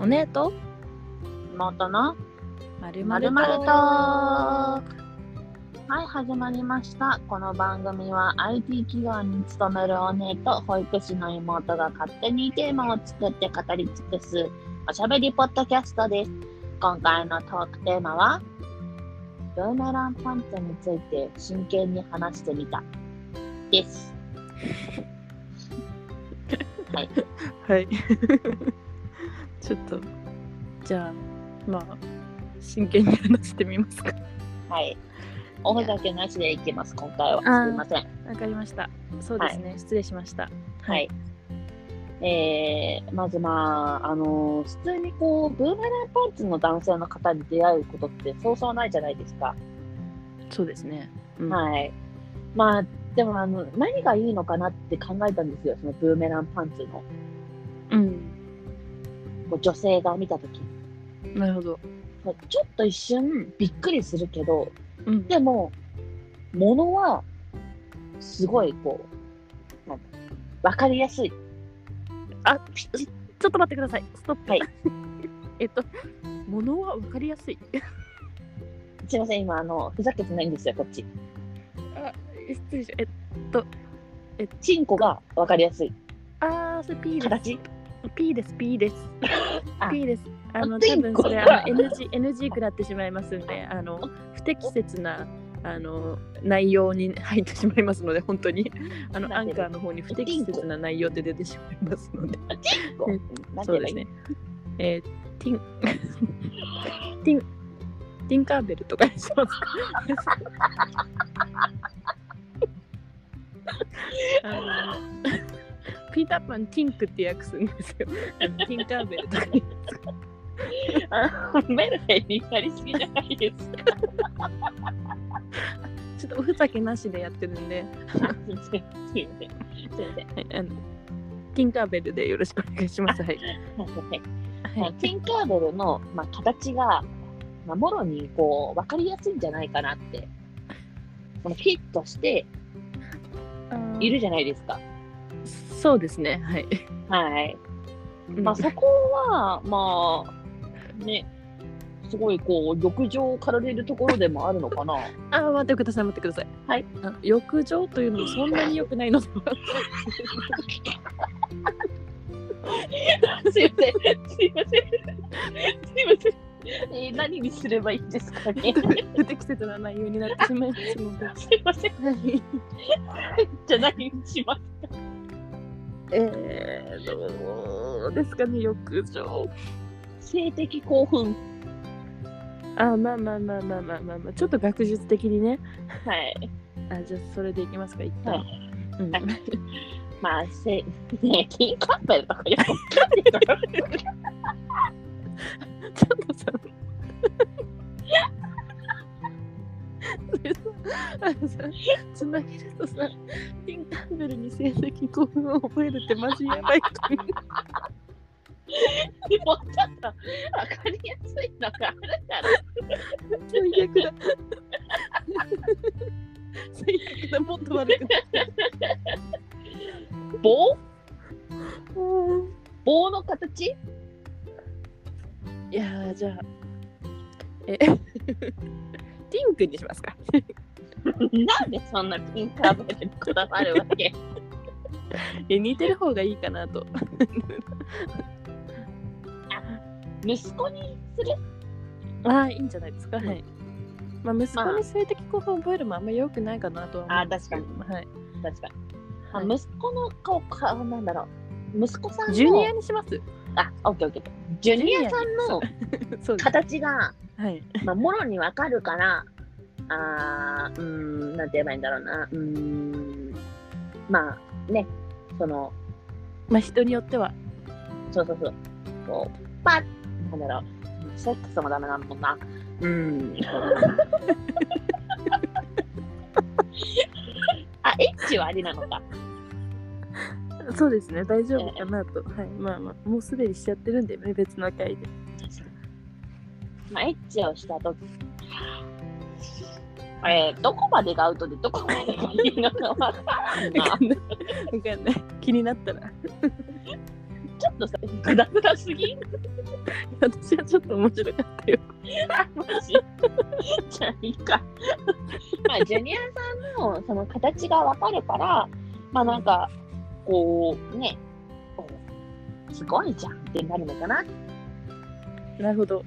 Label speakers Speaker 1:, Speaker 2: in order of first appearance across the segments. Speaker 1: お姉と
Speaker 2: 妹の
Speaker 1: まる
Speaker 2: まるまるトークはい始まりましたこの番組は IT 企業に勤めるお姉と保育士の妹が勝手にテーマを作って語り尽くすおしゃべりポッドキャストです今回のトークテーマはブーメランパンツについて真剣に話してみたですはい
Speaker 1: はい ちょっとじゃあまあ真剣に話してみますか
Speaker 2: はいおふざけなしでいきます今回は
Speaker 1: あー
Speaker 2: すいません
Speaker 1: わかりましたそうですね、失礼しました
Speaker 2: はい。えー、まずまあ、あのー普通にこう、ブーメランパンツの男性の方に出会うことってそうそうないじゃないですか。
Speaker 1: そうですね、うん
Speaker 2: はい。まあ、でもあの、何がいいのかなって考えたんですよ、そのブーメランパンツの。
Speaker 1: うん
Speaker 2: こう女性が見たとき。
Speaker 1: なるほど、
Speaker 2: ちょっと一瞬びっくりするけど、
Speaker 1: うん、
Speaker 2: でも、ものは、すごいこう、なんだわかりやすい。
Speaker 1: あちょちょっと待ってくださいストップ、
Speaker 2: はい
Speaker 1: えっと物は分かりやすい
Speaker 2: すいません、今、あの、ふざけてないんですよ、こっち。
Speaker 1: あ失礼しえ
Speaker 2: チンコがわかりやすい。
Speaker 1: あーそれ P です
Speaker 2: 形
Speaker 1: P です P です
Speaker 2: あ
Speaker 1: P ですあの
Speaker 2: ピン
Speaker 1: 多分それ
Speaker 2: か
Speaker 1: あの NG, NG くなってしまいますんであの不適切なあの内容に入ってしまいますので本当にあのアンカーの方に不適切な内容って出てしまいますので
Speaker 2: こ
Speaker 1: うん
Speaker 2: うなんて
Speaker 1: そう
Speaker 2: 言えば
Speaker 1: で
Speaker 2: いい
Speaker 1: す
Speaker 2: の
Speaker 1: ねえー、 ティンティンティンカーベルとかにしますかあのピーターパンティンクって訳すんですよあのティンカーベルとかに
Speaker 2: あメルヘンになりすぎじゃないですか。
Speaker 1: ちょっとおふざけなしでやってるんで、
Speaker 2: すいません。すいません。すいません
Speaker 1: はい、あのティンカーベルでよろしくお願いします。はい。
Speaker 2: はいティンカーベルの、まあ、形が、まあ、もろにこう分かりやすいんじゃないかなって。このフィットしているじゃないですか。
Speaker 1: そうですね。はい。
Speaker 2: はい。
Speaker 1: うん
Speaker 2: まあそこは、まあ、ね、すごいこう、浴場を駆られるところでもあるのかな。
Speaker 1: あー待ってください待ってください。
Speaker 2: はい
Speaker 1: あ。浴場というのもそんなに良くないのでは。
Speaker 2: すいません。すいません。すいません。えー何にすればいいんですかね。
Speaker 1: 不適切な内容になってしまいますので。は
Speaker 2: すいません。
Speaker 1: い。
Speaker 2: じゃあ何にします
Speaker 1: えー、どうですかね浴場。
Speaker 2: 性的興奮。
Speaker 1: あーまあまあまあまあまあまあまあちょっと学術的にね。
Speaker 2: はい。
Speaker 1: あーじゃあそれでいきますか一旦。
Speaker 2: は
Speaker 1: うん
Speaker 2: はいまあ、せ、ねティンカーベルとかよく わかんないから
Speaker 1: ちょっとさ。 それさ、あのさ、つなげるとさ、ティンカーベルに成績興奮を覚えるってマジやばいことに
Speaker 2: でもちょっとわかりやすいのがあるから。
Speaker 1: 最悪だ。 最悪だ、もっと悪く な
Speaker 2: 棒
Speaker 1: る。
Speaker 2: 棒の形
Speaker 1: いやー、じゃあ、え、 ティンクにしますか。
Speaker 2: なんでそんなティンカーベルにこだわるわ け
Speaker 1: え似てる方がいいかなと。
Speaker 2: 息子にする
Speaker 1: ああ、いいんじゃないですか。はい。まあ、息子に性的興奮を覚えるもあんま良くないかなとは思うんですけど。
Speaker 2: あー
Speaker 1: 確かに。はい。
Speaker 2: 確かに。あ息子の顔、顔なんだろう。息子さんの。
Speaker 1: ジュニアにします。
Speaker 2: あ、オッケーオッケー。ジュニアさんの
Speaker 1: そうです。
Speaker 2: 形が、
Speaker 1: はい。
Speaker 2: まあ、もろにわかるから、あーうーん、なんて言えばいいんだろうな、うーん、まあね、その、
Speaker 1: まあ人によっては。
Speaker 2: そうそうそう、こう、パッ、なんだろう、セックスもダメなのもんな、うーん。あ、エッチはありなのか。
Speaker 1: そうですね。大丈
Speaker 2: 夫か
Speaker 1: なと。はい。まあまあもうすでにしちゃってるんでね別の回 で。
Speaker 2: まあ、エッチをしたとき、えー、どこまでがアウトでどこまでがいいのかわから
Speaker 1: わ
Speaker 2: んな
Speaker 1: か。んない。わかんない。気になったら。
Speaker 2: ちょっとさ、グダグダすぎん
Speaker 1: 私はちょっと面白かったよ。
Speaker 2: マジじゃあいいか。まあ、ジュニアさんのその形がわかるから、まあなんか、こう、ね、こうすごいじゃんってなるのかな。
Speaker 1: なるほど。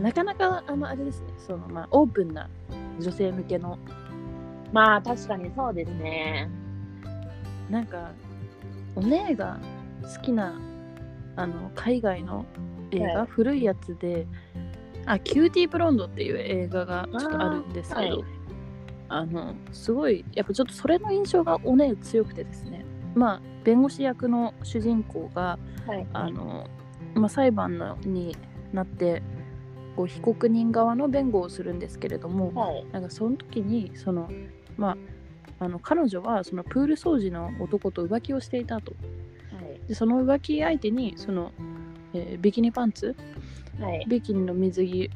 Speaker 1: なかなかあのあれですね。そのまあオープンな女性向けの
Speaker 2: まあ確かにそうですね。
Speaker 1: なんかお姉が好きなあの海外の映画、
Speaker 2: は
Speaker 1: 古いやつであキューティーブロンドっていう映画がちょっとあるんですけどあ,、
Speaker 2: あーはい
Speaker 1: のすごいやっぱちょっとそれの印象がお姉強くてですねまあ弁護士役の主人公が
Speaker 2: はい。
Speaker 1: あの、まあ、裁判のになってこう被告人側の弁護をするんですけれども、
Speaker 2: はい。
Speaker 1: なんかその時にそのまああの彼女はそのプール掃除の男と浮気をしていたとでその浮気相手にその、えービキニパンツ
Speaker 2: はい。はい。
Speaker 1: ビキニの水着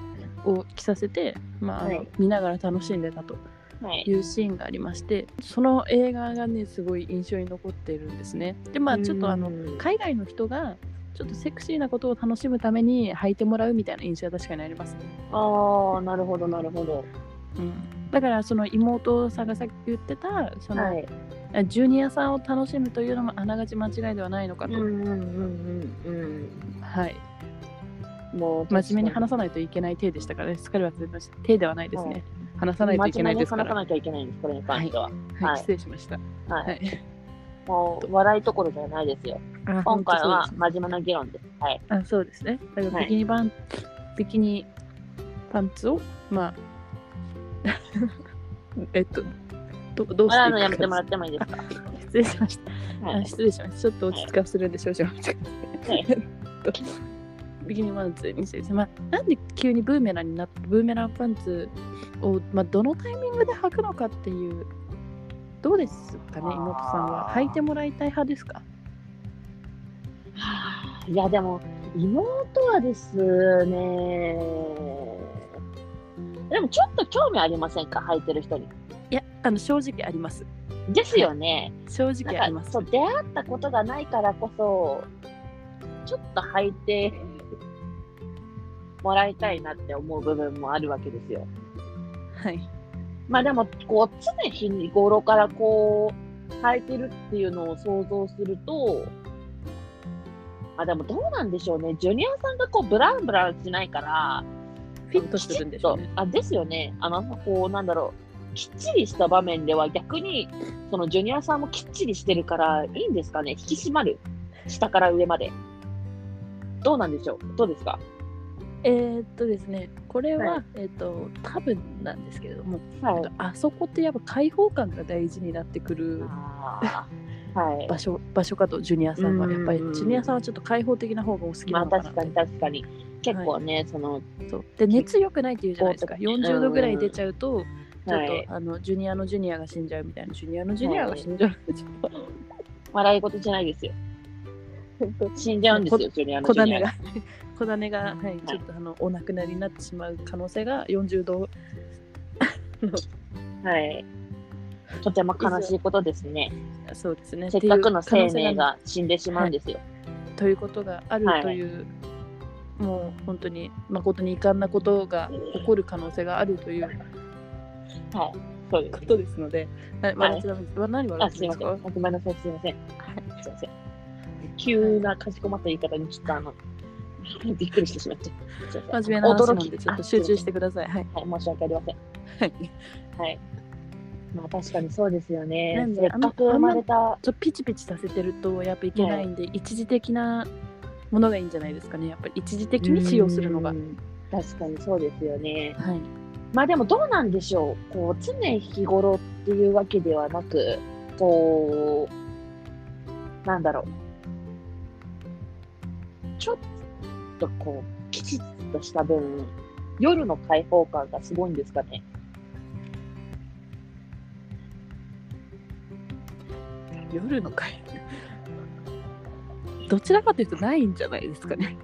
Speaker 1: を着させて、まああの
Speaker 2: はい
Speaker 1: 見ながら楽しんでたと
Speaker 2: はい。
Speaker 1: いうシーンがありましてその映画がねすごい印象に残っているんですねでまあちょっとあの
Speaker 2: うん
Speaker 1: 海外の人がちょっとセクシーなことを楽しむために履いてもらうみたいな印象は確かにありますね
Speaker 2: ああ、なるほど、なるほど。
Speaker 1: だからその妹さんがさっき言ってたその、
Speaker 2: はい。
Speaker 1: ジュニアさんを楽しむというのもあながち間違いではないのか
Speaker 2: うん
Speaker 1: と、
Speaker 2: うんうん
Speaker 1: はい、
Speaker 2: うん。もう
Speaker 1: 真面目に話
Speaker 2: す
Speaker 1: さないといけない体でしたからね、疲れは全然手ではないですね、話さないといけないですか
Speaker 2: 真
Speaker 1: ら、は
Speaker 2: 面目に話さなきゃいけないんです、これに関しては。
Speaker 1: い
Speaker 2: はい
Speaker 1: 失礼しました。
Speaker 2: はい。
Speaker 1: はい、
Speaker 2: もう笑いどころじゃないですよ。
Speaker 1: あ
Speaker 2: 今回は
Speaker 1: 本
Speaker 2: 真面目な議論です。はい。
Speaker 1: 当そうですねあそうですね。だから
Speaker 2: はい
Speaker 1: ビキニパン、ビキニパンツを、まあ、 えっと、どどうしていくか
Speaker 2: 笑うのやめてもらってもいいですか。
Speaker 1: 失礼しました。
Speaker 2: は
Speaker 1: あ
Speaker 2: い。
Speaker 1: 失礼しました。ちょっと落ち着かせるんで少々お待ちくださ
Speaker 2: はい
Speaker 1: い。えっとビキニパンツにして、まあ、なんで急にブーメランになってブーメランパンツを、まあ、どのタイミングで履くのかっていうどうですかね
Speaker 2: あ
Speaker 1: 妹
Speaker 2: ー
Speaker 1: さんは履いてもらいたい派ですか
Speaker 2: はあいや、でも、妹はですね。でも、ちょっと興味ありませんか履いてる人に。
Speaker 1: いやあの正直あります
Speaker 2: ですよね。
Speaker 1: 正直あ
Speaker 2: な
Speaker 1: り
Speaker 2: ん
Speaker 1: ま
Speaker 2: か、
Speaker 1: す
Speaker 2: そう、出会ったことがないからこそ、ちょっと履いてもらいたいなって思う部分もあるわけですよ。
Speaker 1: はい
Speaker 2: まあでも、こう、常日頃からこう、履いてるっていうのを想像すると、まあでもどうなんでしょうね。ジュニアさんがこう、ブランブランしないから、
Speaker 1: フィットするんでしょうね
Speaker 2: きちっとあ、ですよね。あの、こう、なんだろう。きっちりした場面では逆に、そのジュニアさんもきっちりしてるから、いいんですかね。引き締まる。下から上まで。どうなんでしょうどうですか
Speaker 1: えーっとですねこれは、
Speaker 2: は
Speaker 1: えーっと多分なんですけれども、
Speaker 2: は
Speaker 1: なん。かあそこってやっぱ開放感が大事になってくる
Speaker 2: あーはい。
Speaker 1: 場所場所かとジュニアさんは
Speaker 2: うんう
Speaker 1: やっ
Speaker 2: んうん
Speaker 1: ぱりジュニアさんはちょっと開放的な方がお好き
Speaker 2: ま
Speaker 1: な
Speaker 2: あ
Speaker 1: のかな
Speaker 2: 確かに確かに。結構ね、その、
Speaker 1: そうで熱良くないっていうじゃないですか
Speaker 2: こうとかね
Speaker 1: 40度ぐらい出ちゃうと、ちょっと、
Speaker 2: はい
Speaker 1: あのジュニアのジュニアが死んじゃうみたいなジュニアのジュニアが死んじゃう、ちょっと
Speaker 2: 笑い事じゃないですよ。死んじゃうんですよ、ジュニアの
Speaker 1: 小
Speaker 2: ジュニ
Speaker 1: 種
Speaker 2: アが
Speaker 1: が小種が、はい、ちょっとあのお亡くなりになってしまう可能性が40度
Speaker 2: はい。とても悲しいことですね。
Speaker 1: そうですね
Speaker 2: せっかくの
Speaker 1: っていう可
Speaker 2: 生
Speaker 1: 能性
Speaker 2: 命が死んでしまうんですよ。
Speaker 1: ということがある
Speaker 2: はい
Speaker 1: という、もう本当に誠に遺憾なことが起こる可能性があるという
Speaker 2: はい。そうです
Speaker 1: こ。とですので、はい、
Speaker 2: はい
Speaker 1: 笑っちゃダメですわ何笑
Speaker 2: あ、
Speaker 1: っ
Speaker 2: す
Speaker 1: て
Speaker 2: い
Speaker 1: るん
Speaker 2: ませ
Speaker 1: で
Speaker 2: ん。あ
Speaker 1: すか
Speaker 2: ごめんなさい、すいません。はい、すいません。急なかしこまった言い方にちょっとあの、 びっくりしてしまって。すい
Speaker 1: 真
Speaker 2: ません
Speaker 1: 面目な話な
Speaker 2: 驚
Speaker 1: ん
Speaker 2: き
Speaker 1: でちょっと集中して
Speaker 2: く
Speaker 1: ください。はい。
Speaker 2: ださい。はい、申し訳ありません。
Speaker 1: はい、
Speaker 2: はい。まあ確かにそうですよ
Speaker 1: な
Speaker 2: ね。
Speaker 1: んで
Speaker 2: せっかく生まれた。
Speaker 1: ちょっとピチピチさせてるとやっぱいけないんで、一時的なものがいいんじゃないですかねやっぱり一時的に使用するのが
Speaker 2: う。ん。確かにそうですよね。
Speaker 1: はい、
Speaker 2: まあでもどうなんでしょう、こう常日頃っていうわけではなく、こう、なんだろう、ちょっとこう、きちっとした分、夜の開放感がすごいんですかね。
Speaker 1: 夜の会どちらかというとないんじゃないですかね。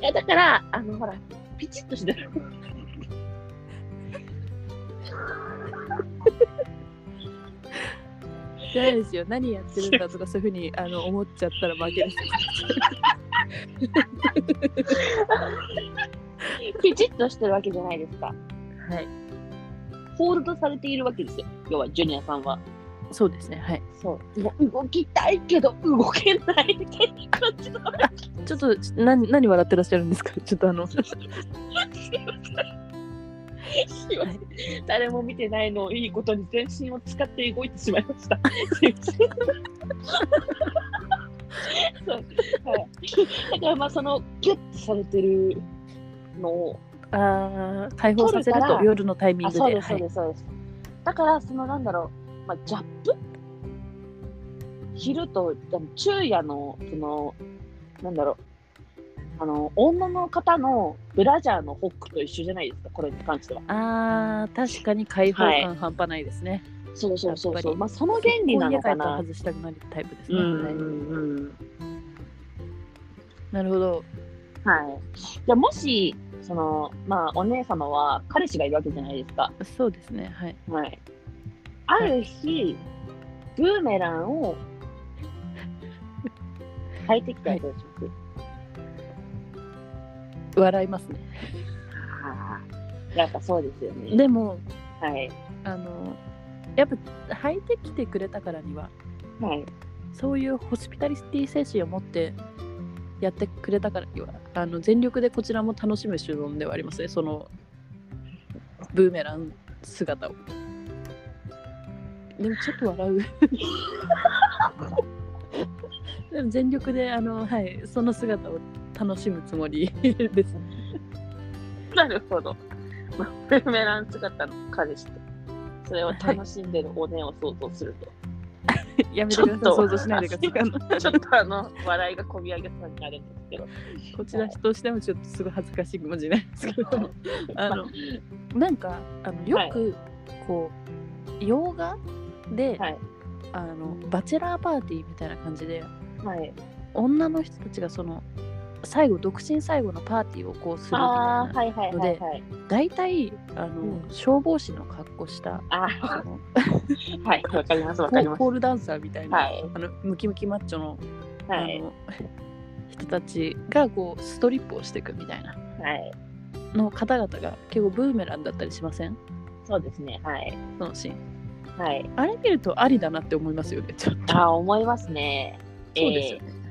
Speaker 2: いやだから、あのほら、ピチッとしてる。
Speaker 1: じゃないですよ。何やってるんだとか、そういうふう にあの思っちゃったら負けです。
Speaker 2: ピチッとしてるわけじゃないですか。
Speaker 1: はい。
Speaker 2: ホールドされているわけですよ。要はジュニアさんは。
Speaker 1: そうですね。はい。
Speaker 2: そう。いや動きたいけど動けないみたいな感じの。
Speaker 1: ちょっと、な何笑ってらっしゃるんですか ちょっとあの、
Speaker 2: すいません誰も見てないのをいいことに全身を使って動いてしまいました。すいませんそうはい、だからまあそのギュッとされてるのを
Speaker 1: あー解放させる
Speaker 2: 撮るか
Speaker 1: と
Speaker 2: ら
Speaker 1: 夜のタイミングで。
Speaker 2: あそうです
Speaker 1: は
Speaker 2: そう
Speaker 1: い、
Speaker 2: ですそうです、だからそのなんだろう、まあ、ギャップ昼とあの昼夜のそのなんだろうあの女の方のブラジャーのホックと一緒じゃないですかこれに関しては
Speaker 1: あー確かに解放
Speaker 2: は
Speaker 1: 感半端ないですね。
Speaker 2: そうそうそう
Speaker 1: やっぱ
Speaker 2: そう
Speaker 1: り
Speaker 2: まあその原理なのかな
Speaker 1: 今夜から外したくなるタイプです
Speaker 2: う
Speaker 1: ね。
Speaker 2: ん
Speaker 1: はい
Speaker 2: うんうん
Speaker 1: なるほど。
Speaker 2: はいじゃあもしそのまあお姉様は彼氏がいるわけじゃないですか
Speaker 1: そうですね。はい。
Speaker 2: はいある日ブーメランを履いてきたらどうします、
Speaker 1: 笑いますね。
Speaker 2: ああ、やっぱそうですよね。
Speaker 1: でも、
Speaker 2: はい。
Speaker 1: あの、やっぱ履いてきてくれたからには、
Speaker 2: はい。
Speaker 1: そういうホスピタリティ精神を持ってやってくれたからにはあの全力でこちらも楽しむ手段ではありますねそのブーメラン姿をでもちょっと笑 うでも全力であの、はい、その姿を楽しむつもり です
Speaker 2: なるほど。まあブーメラン姿の彼氏と、それを楽しんでるおねを想像すると、
Speaker 1: やめ
Speaker 2: ち
Speaker 1: てくだ
Speaker 2: ょっ
Speaker 1: さい
Speaker 2: と
Speaker 1: 想像しないでくださいあの
Speaker 2: ちょっとあの、笑いがこみ上げそうになるんですけど。
Speaker 1: こちらとしてもちょっとすごい恥ずかしい気持ちになるんですけど もあのなんかあのよくこう洋画で、
Speaker 2: はい
Speaker 1: あのバチェラーパーティーみたいな感じで
Speaker 2: はい。
Speaker 1: 女の人たちがその最後独身最後のパーティーをこうするみたい
Speaker 2: あ
Speaker 1: な
Speaker 2: あ、はいはいはいはい。
Speaker 1: 大体あの、
Speaker 2: うん
Speaker 1: 消防士の格好した
Speaker 2: あ
Speaker 1: あの
Speaker 2: ーはい。わかりますわ
Speaker 1: ポ
Speaker 2: かり
Speaker 1: ー
Speaker 2: ま
Speaker 1: ポールダンサーみたい
Speaker 2: す。
Speaker 1: な、
Speaker 2: はい。
Speaker 1: あのムキムキマッチョの,、
Speaker 2: は
Speaker 1: あ
Speaker 2: い。
Speaker 1: の人たちがこうストリップをしていくみたいな
Speaker 2: はい。
Speaker 1: の方々が結構ブーメランだったりしません
Speaker 2: そうですね。はい。
Speaker 1: そのシーン
Speaker 2: はい。
Speaker 1: あれ見るとありだなって思いますよねちょっと
Speaker 2: ああ、思いますね。
Speaker 1: そうですよね、はい
Speaker 2: えー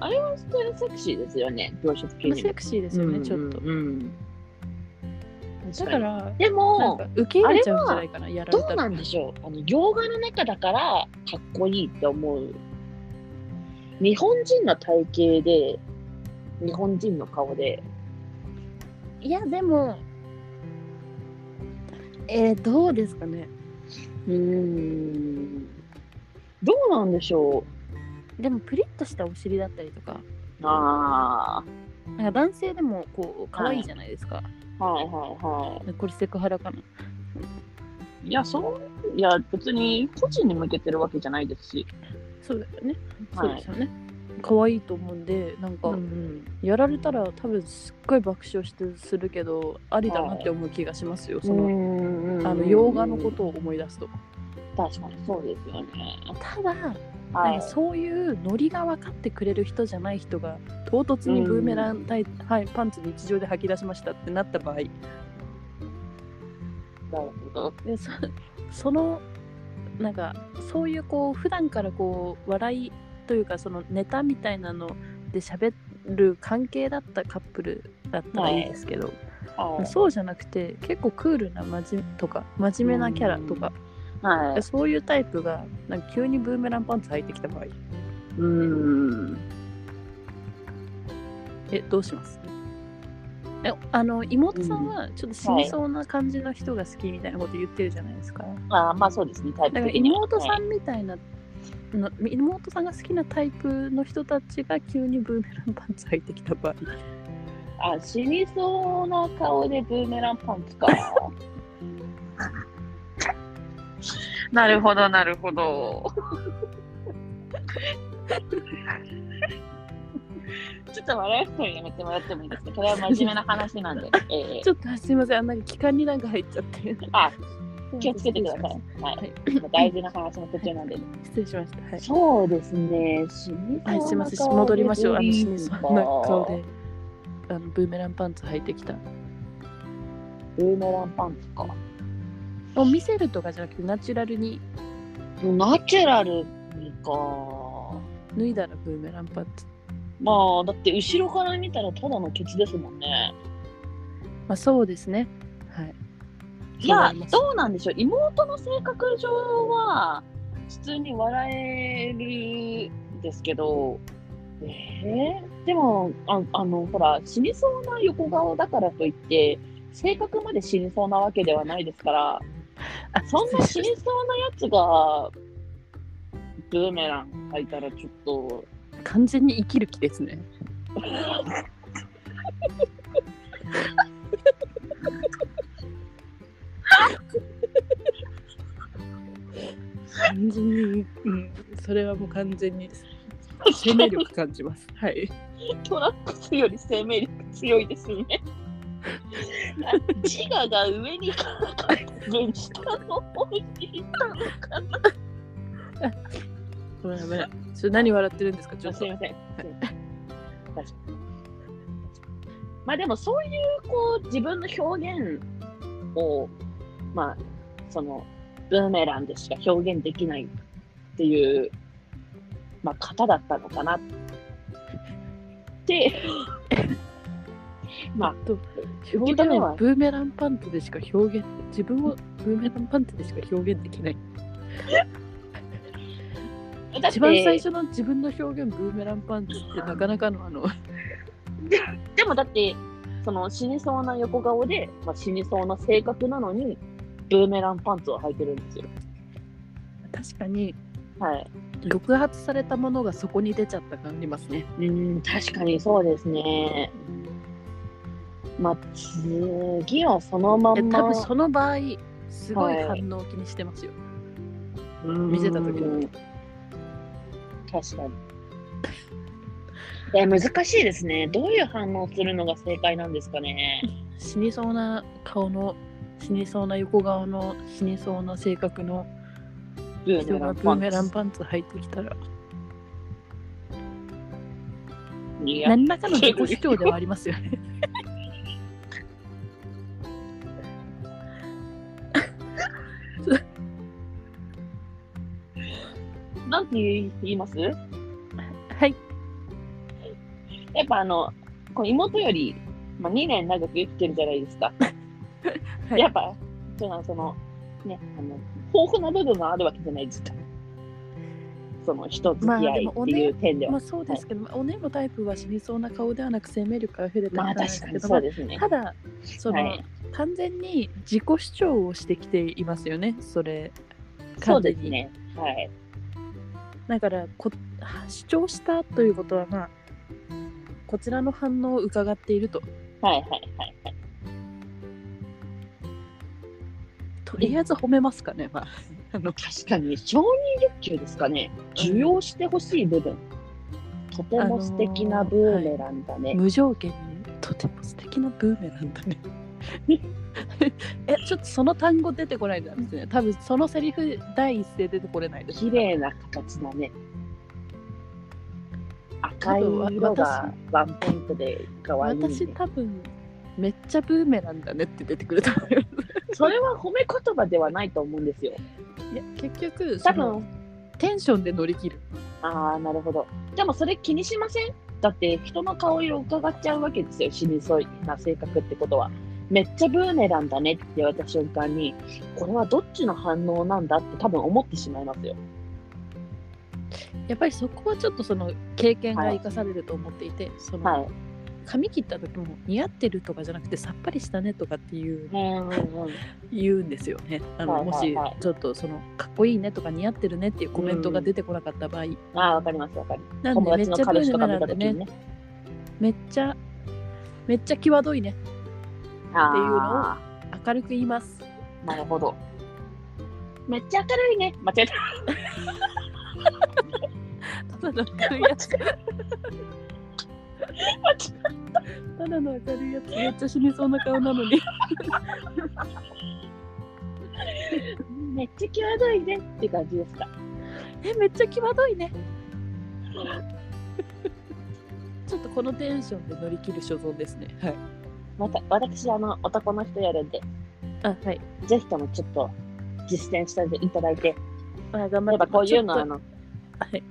Speaker 2: あれは普通にセクシーですよね、描写的
Speaker 1: まあ
Speaker 2: にも
Speaker 1: セ。クシーですよね、ちょっと。
Speaker 2: うん
Speaker 1: だから、
Speaker 2: で
Speaker 1: なん
Speaker 2: も、
Speaker 1: か受け入れちゃうんじゃないかな、やられ
Speaker 2: ど
Speaker 1: た
Speaker 2: う
Speaker 1: ら。
Speaker 2: なんでしょうあの洋画の中だからかっこいいって思う日本人の体型で日本人の顔で
Speaker 1: いや、でも、えー、どうですかね。
Speaker 2: うーんどうなんでしょ
Speaker 1: でも、プリッとしたお尻だったりとか、
Speaker 2: うあ
Speaker 1: なんか男性でもこう可愛いじゃないですか。
Speaker 2: あはいはいは
Speaker 1: これセクハラかな。
Speaker 2: いいやそういや別に個人に向けてるわけじゃないですし
Speaker 1: そうだよね。
Speaker 2: はい
Speaker 1: そうですよね。可愛いと思うんで、なんか、やられたら多分すっごい爆笑してするけど、ありだなって思う気がしますよ。その、
Speaker 2: の
Speaker 1: あの洋画のことを思い出すと。
Speaker 2: 確かにそうですよね
Speaker 1: ただ、
Speaker 2: は
Speaker 1: なん
Speaker 2: い
Speaker 1: かそういうノリが分かってくれる人じゃない人が唐突にブーメランタイ、はい、パンツ日常で吐き出しましたってなった場合
Speaker 2: なるほど
Speaker 1: でそそのなんかそういうこう普段からこう笑いというかそのネタみたいなので喋る関係だったカップルだったらいいですけど、
Speaker 2: はい
Speaker 1: そうじゃなくて結構クールなまじとか真面目なキャラとか、
Speaker 2: はい
Speaker 1: そういうタイプがなんか急にブーメランパンツ履いてきた場合
Speaker 2: うーん
Speaker 1: えどうしますえあの妹さんはちょっと死にそうな感じの人が好きみたいなこと言ってるじゃないですか、
Speaker 2: あーまあそうですねタイプ
Speaker 1: だから
Speaker 2: 的には
Speaker 1: 妹さんみたいなの、妹さんが好きなタイプの人たちが急にブーメランパンツ履いてきた場合
Speaker 2: あ、死にそうな顔でブーメランパンツか。 なるほど、なるほど。 ちょっと笑うのやめてもらってもいいです かこれは真面目な話なんで。ええ
Speaker 1: ちょっとすいませんあなんか気管になんか入っちゃって
Speaker 2: あ、気をつけてください。はい。
Speaker 1: はい、
Speaker 2: 大事な話の途中なんで。
Speaker 1: 失礼しました。はい。
Speaker 2: そうですね。死にそうな顔
Speaker 1: はい、
Speaker 2: で
Speaker 1: すみません、戻りましょう。あの、死にそうな顔
Speaker 2: ビビン
Speaker 1: で。あの、ブーメランパンツ履いてきた。
Speaker 2: バ。ブーメランパンツか。
Speaker 1: を見せるとかじゃなくて、ナチュラルに
Speaker 2: ナチュラルにか。
Speaker 1: 脱いだらブーメランパンツ。
Speaker 2: まあ、だって後ろから見たらただのケツですもんね。
Speaker 1: まあ、そうですね。はい。
Speaker 2: いや
Speaker 1: そうなりま、す
Speaker 2: どうなんでしょう。妹の性格上は、普通に笑えるんですけど、えーでもあ、あの、ほら、死にそうな横顔だからといって、性格まで死にそうなわけではないですから、
Speaker 1: あ、
Speaker 2: そんな死
Speaker 1: 失礼し
Speaker 2: にそうなやつが、ブーメラン履いたらちょっと、
Speaker 1: ました完全に生きる気ですね。完全に、うん、それはもう完全に生命力感じます。はい。
Speaker 2: トラックスより生命力強いですね。自我が上にかかってる下の方にいたのかな。
Speaker 1: ごめんごめん。ちょっと何笑ってるんですかちょっ
Speaker 2: す
Speaker 1: と
Speaker 2: い。ません。まあでもそういうこう自分の表現をまあそのブーメランでしか表現できないっていうまあ型だったのかなってまあ
Speaker 1: と
Speaker 2: 受
Speaker 1: 表
Speaker 2: け止
Speaker 1: 現
Speaker 2: めは
Speaker 1: はブーメランパンツでしか表現自分をブーメランパンツでしか表現できない
Speaker 2: だって
Speaker 1: 一番最初の自分の表現ブーメランパンツってなかなかのあの
Speaker 2: でもだってその死にそうな横顔で、まあ、死にそうな性格なのにブーメランパンツを履いてるんですよ。
Speaker 1: 確かに
Speaker 2: はい
Speaker 1: 抑圧されたものがそこに出ちゃった感じますね
Speaker 2: うん、確かにそうですね。まあ、次はそのま
Speaker 1: いや
Speaker 2: ん
Speaker 1: 多
Speaker 2: ま
Speaker 1: 分その場合すごい
Speaker 2: はい
Speaker 1: 反応を気にしてますよ、
Speaker 2: 見
Speaker 1: 見せた時に
Speaker 2: 確かに。いや、難しいですね。どういう反応をするのが正解なんですか ね。
Speaker 1: 死にそうな顔の死にそうな横顔の死にそうな性格の
Speaker 2: ブー
Speaker 1: 人
Speaker 2: メラ
Speaker 1: が
Speaker 2: ン
Speaker 1: ブ
Speaker 2: パ
Speaker 1: ーメ
Speaker 2: ン
Speaker 1: ラン
Speaker 2: ツ。
Speaker 1: パンツ履いてきたら
Speaker 2: いや
Speaker 1: 何らかの自己主張ではありますよ ね
Speaker 2: なんて言い言いますや
Speaker 1: はい
Speaker 2: っぱあの、こう妹より、まあ、2年長く生きてるじゃないですか。
Speaker 1: はい
Speaker 2: やっぱ、そうなのその、ね、あの、豊富な部分があるわけじゃないですか。その人付き合いっていう点では。
Speaker 1: まあそうですけど、まあお姉のタイプは死にそうな顔ではなく生命力が溢れた
Speaker 2: ま
Speaker 1: 方
Speaker 2: あ、
Speaker 1: なんで
Speaker 2: 確
Speaker 1: す
Speaker 2: か
Speaker 1: け
Speaker 2: に
Speaker 1: ど、
Speaker 2: そうですね。
Speaker 1: ただその、
Speaker 2: はい
Speaker 1: 完全に自己主張をしてきていますよねそれ
Speaker 2: そうですね。はい。
Speaker 1: だからこ主張したということはまあこちらの反応を伺っていると
Speaker 2: はいはいはい。
Speaker 1: とりあえず褒めますかね、まあ、あの
Speaker 2: 確かに、承認欲求ですかね。受容してほしい部分。とても素敵なブーメランだね。
Speaker 1: 無条件にとても素敵なブーメランだね えちょっとその単語出てこないですね多分そのセリフ第一声出てこれないです
Speaker 2: 綺麗な形だね。赤い
Speaker 1: あと
Speaker 2: 色
Speaker 1: わ
Speaker 2: がワンポイントで可愛い、ね。
Speaker 1: 私多分めっちゃブーメランだねって出てくると思いま
Speaker 2: それは褒め言葉ではないと思うんですよ。
Speaker 1: すいや結局
Speaker 2: 多
Speaker 1: その
Speaker 2: 分、
Speaker 1: テンションで乗り切る
Speaker 2: ああ、なるほど。でもそれ気にしませんだって人の顔色を伺っちゃうわけですよ。死にそうな性格ってことは。めっちゃブーメランだねって言われた瞬間に、これはどっちの反応なんだって多分思ってしまいますよ。
Speaker 1: やっぱりそこはちょっとその経験が生かされると思っていて、その、
Speaker 2: はい。
Speaker 1: 髪切った時も似合ってるとかじゃなくてさっぱりしたねとかっていう
Speaker 2: うんうんうん。
Speaker 1: 言うんですよねあの、
Speaker 2: はいはいはい
Speaker 1: もしちょっとそのかっこいいねとか似合ってるねっていうコメントが出てこなかった場合、
Speaker 2: ああ、わかりますわかります。
Speaker 1: なん
Speaker 2: 友
Speaker 1: でめっちゃ
Speaker 2: 達の
Speaker 1: ブ
Speaker 2: 彼氏
Speaker 1: ー
Speaker 2: と
Speaker 1: メラ
Speaker 2: か
Speaker 1: ンだ
Speaker 2: 見た時
Speaker 1: ね
Speaker 2: にね。
Speaker 1: めっちゃめっちゃ際どいね
Speaker 2: あ
Speaker 1: っていうのを
Speaker 2: あ
Speaker 1: 明るく言います
Speaker 2: ー、なるほど。めっちゃ明るいね。間違えた。
Speaker 1: ただの明るいやつただの明るいやつめっちゃ死にそうな顔なのに
Speaker 2: めっちゃ際どいねって感じですか。
Speaker 1: えめっちゃ際どいね ちょっとこのテンションで乗り切る所存ですねはい
Speaker 2: また、私、あの、男の人やるんで、
Speaker 1: あはい
Speaker 2: ぜひともちょっと実践していただいて、
Speaker 1: まあ頑張
Speaker 2: や
Speaker 1: っ
Speaker 2: ってぱこういうの、
Speaker 1: ち
Speaker 2: あ
Speaker 1: ょっ
Speaker 2: の、
Speaker 1: とはい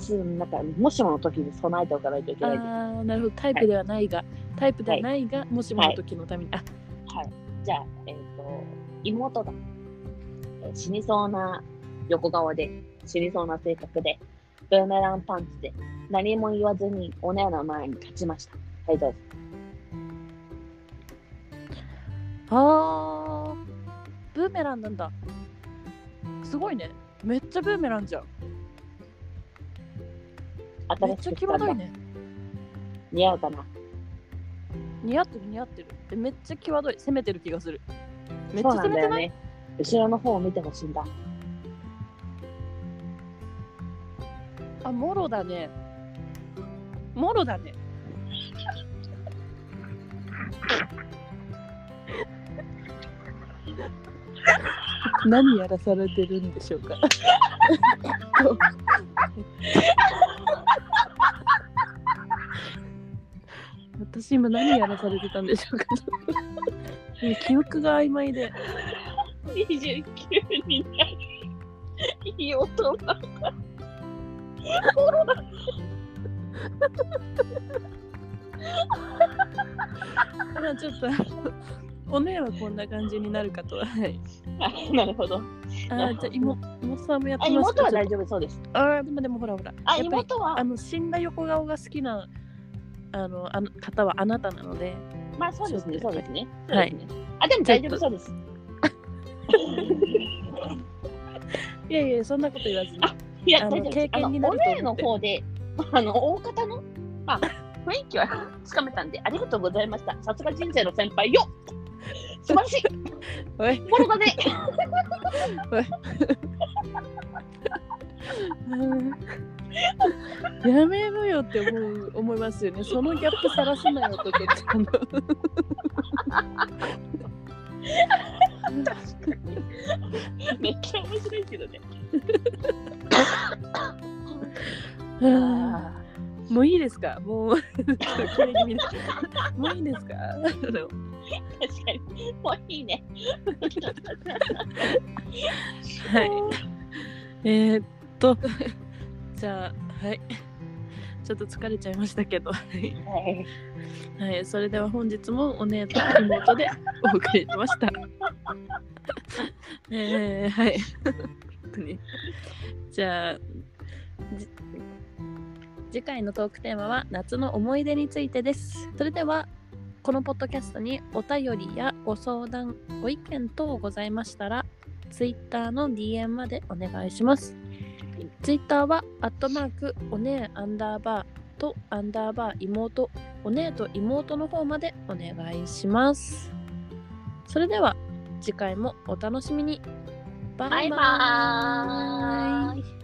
Speaker 2: すなんか、もしもの時に備えておかないといけないです。
Speaker 1: ああなるほどタイプではないが、タイプではないが、もしもの時のために、
Speaker 2: はい。じゃあ、えっ、と、妹が、えー死にそうな横顔で、死にそうな性格で、ブーメランパンツで、何も言わずに、お姉の前に立ちました。はい、どうぞ。
Speaker 1: ああーブーメランなんだすごいねめっちゃブーメランじゃんめっ
Speaker 2: 新
Speaker 1: ち
Speaker 2: し
Speaker 1: ゃ
Speaker 2: く来
Speaker 1: 際
Speaker 2: たん
Speaker 1: ど
Speaker 2: だ
Speaker 1: い。ね
Speaker 2: 似合うかな。
Speaker 1: 似合ってる似合ってるえめっちゃ際どい攻めてる気がするめっち
Speaker 2: そ
Speaker 1: ゃ
Speaker 2: うな
Speaker 1: 攻
Speaker 2: ん
Speaker 1: め
Speaker 2: だ
Speaker 1: て
Speaker 2: よ
Speaker 1: ない
Speaker 2: ね。後ろの方を見てほしいんだ。
Speaker 1: あもろだねもろだね何やらされてるんでしょうか私今何やらされてたんでしょうかもう記憶が曖昧で
Speaker 2: 29になる。いい大人。
Speaker 1: まあちょっとあのお姉はこんな感じになるかとは、はい、
Speaker 2: なるほど。
Speaker 1: あーじゃあ妹妹さんもやっ
Speaker 2: あ、
Speaker 1: てます
Speaker 2: 妹は
Speaker 1: ちょっ
Speaker 2: 大
Speaker 1: と
Speaker 2: 丈夫そうです。
Speaker 1: あーでもでもほらほら
Speaker 2: あ、
Speaker 1: やっぱり
Speaker 2: 妹は
Speaker 1: あ、の死んだ横顔が好きなあのあの方はあなたなので
Speaker 2: まあそうです
Speaker 1: ち
Speaker 2: ね、
Speaker 1: ょ
Speaker 2: そ
Speaker 1: っ
Speaker 2: う
Speaker 1: と
Speaker 2: ですね。
Speaker 1: は
Speaker 2: そう
Speaker 1: い
Speaker 2: ですね。あ、でも大丈夫そうです。
Speaker 1: いやいやそんなこと言わずに
Speaker 2: あいや、
Speaker 1: あの
Speaker 2: 大丈夫です
Speaker 1: 経験になると思って
Speaker 2: あのお姉の方で、あの、大方の、まあ、雰囲気は つかめたんで、ありがとうございました。さすが人生の先輩よ素晴ら しい
Speaker 1: おい
Speaker 2: もろだね
Speaker 1: やめろよって思う思いますよねそのギャップさらすなよとかってあの
Speaker 2: めっちゃ面白いけどね。
Speaker 1: あーもういいですかもう ちょっと切れ気味でもういいですかあの
Speaker 2: 確かに。もういいね。
Speaker 1: はいえー、っと じゃあはいちょっと疲れちゃいましたけどはい
Speaker 2: はい。
Speaker 1: はい、それでは本日もお姉と妹でお送りしま した。えー、はい。本当にじゃあじ次回のトークテーマは夏の思い出についてです。それではこのポッドキャストにお便りやご相談、ご意見等ございましたら、Twitter の DM までお願いします。Twitter は、アットマーク、お姉アンダーバーと、アンダーバー妹お姉と妹の方までお願いします。それでは次回もお楽しみに。バイバ
Speaker 2: バイバーイ
Speaker 1: イ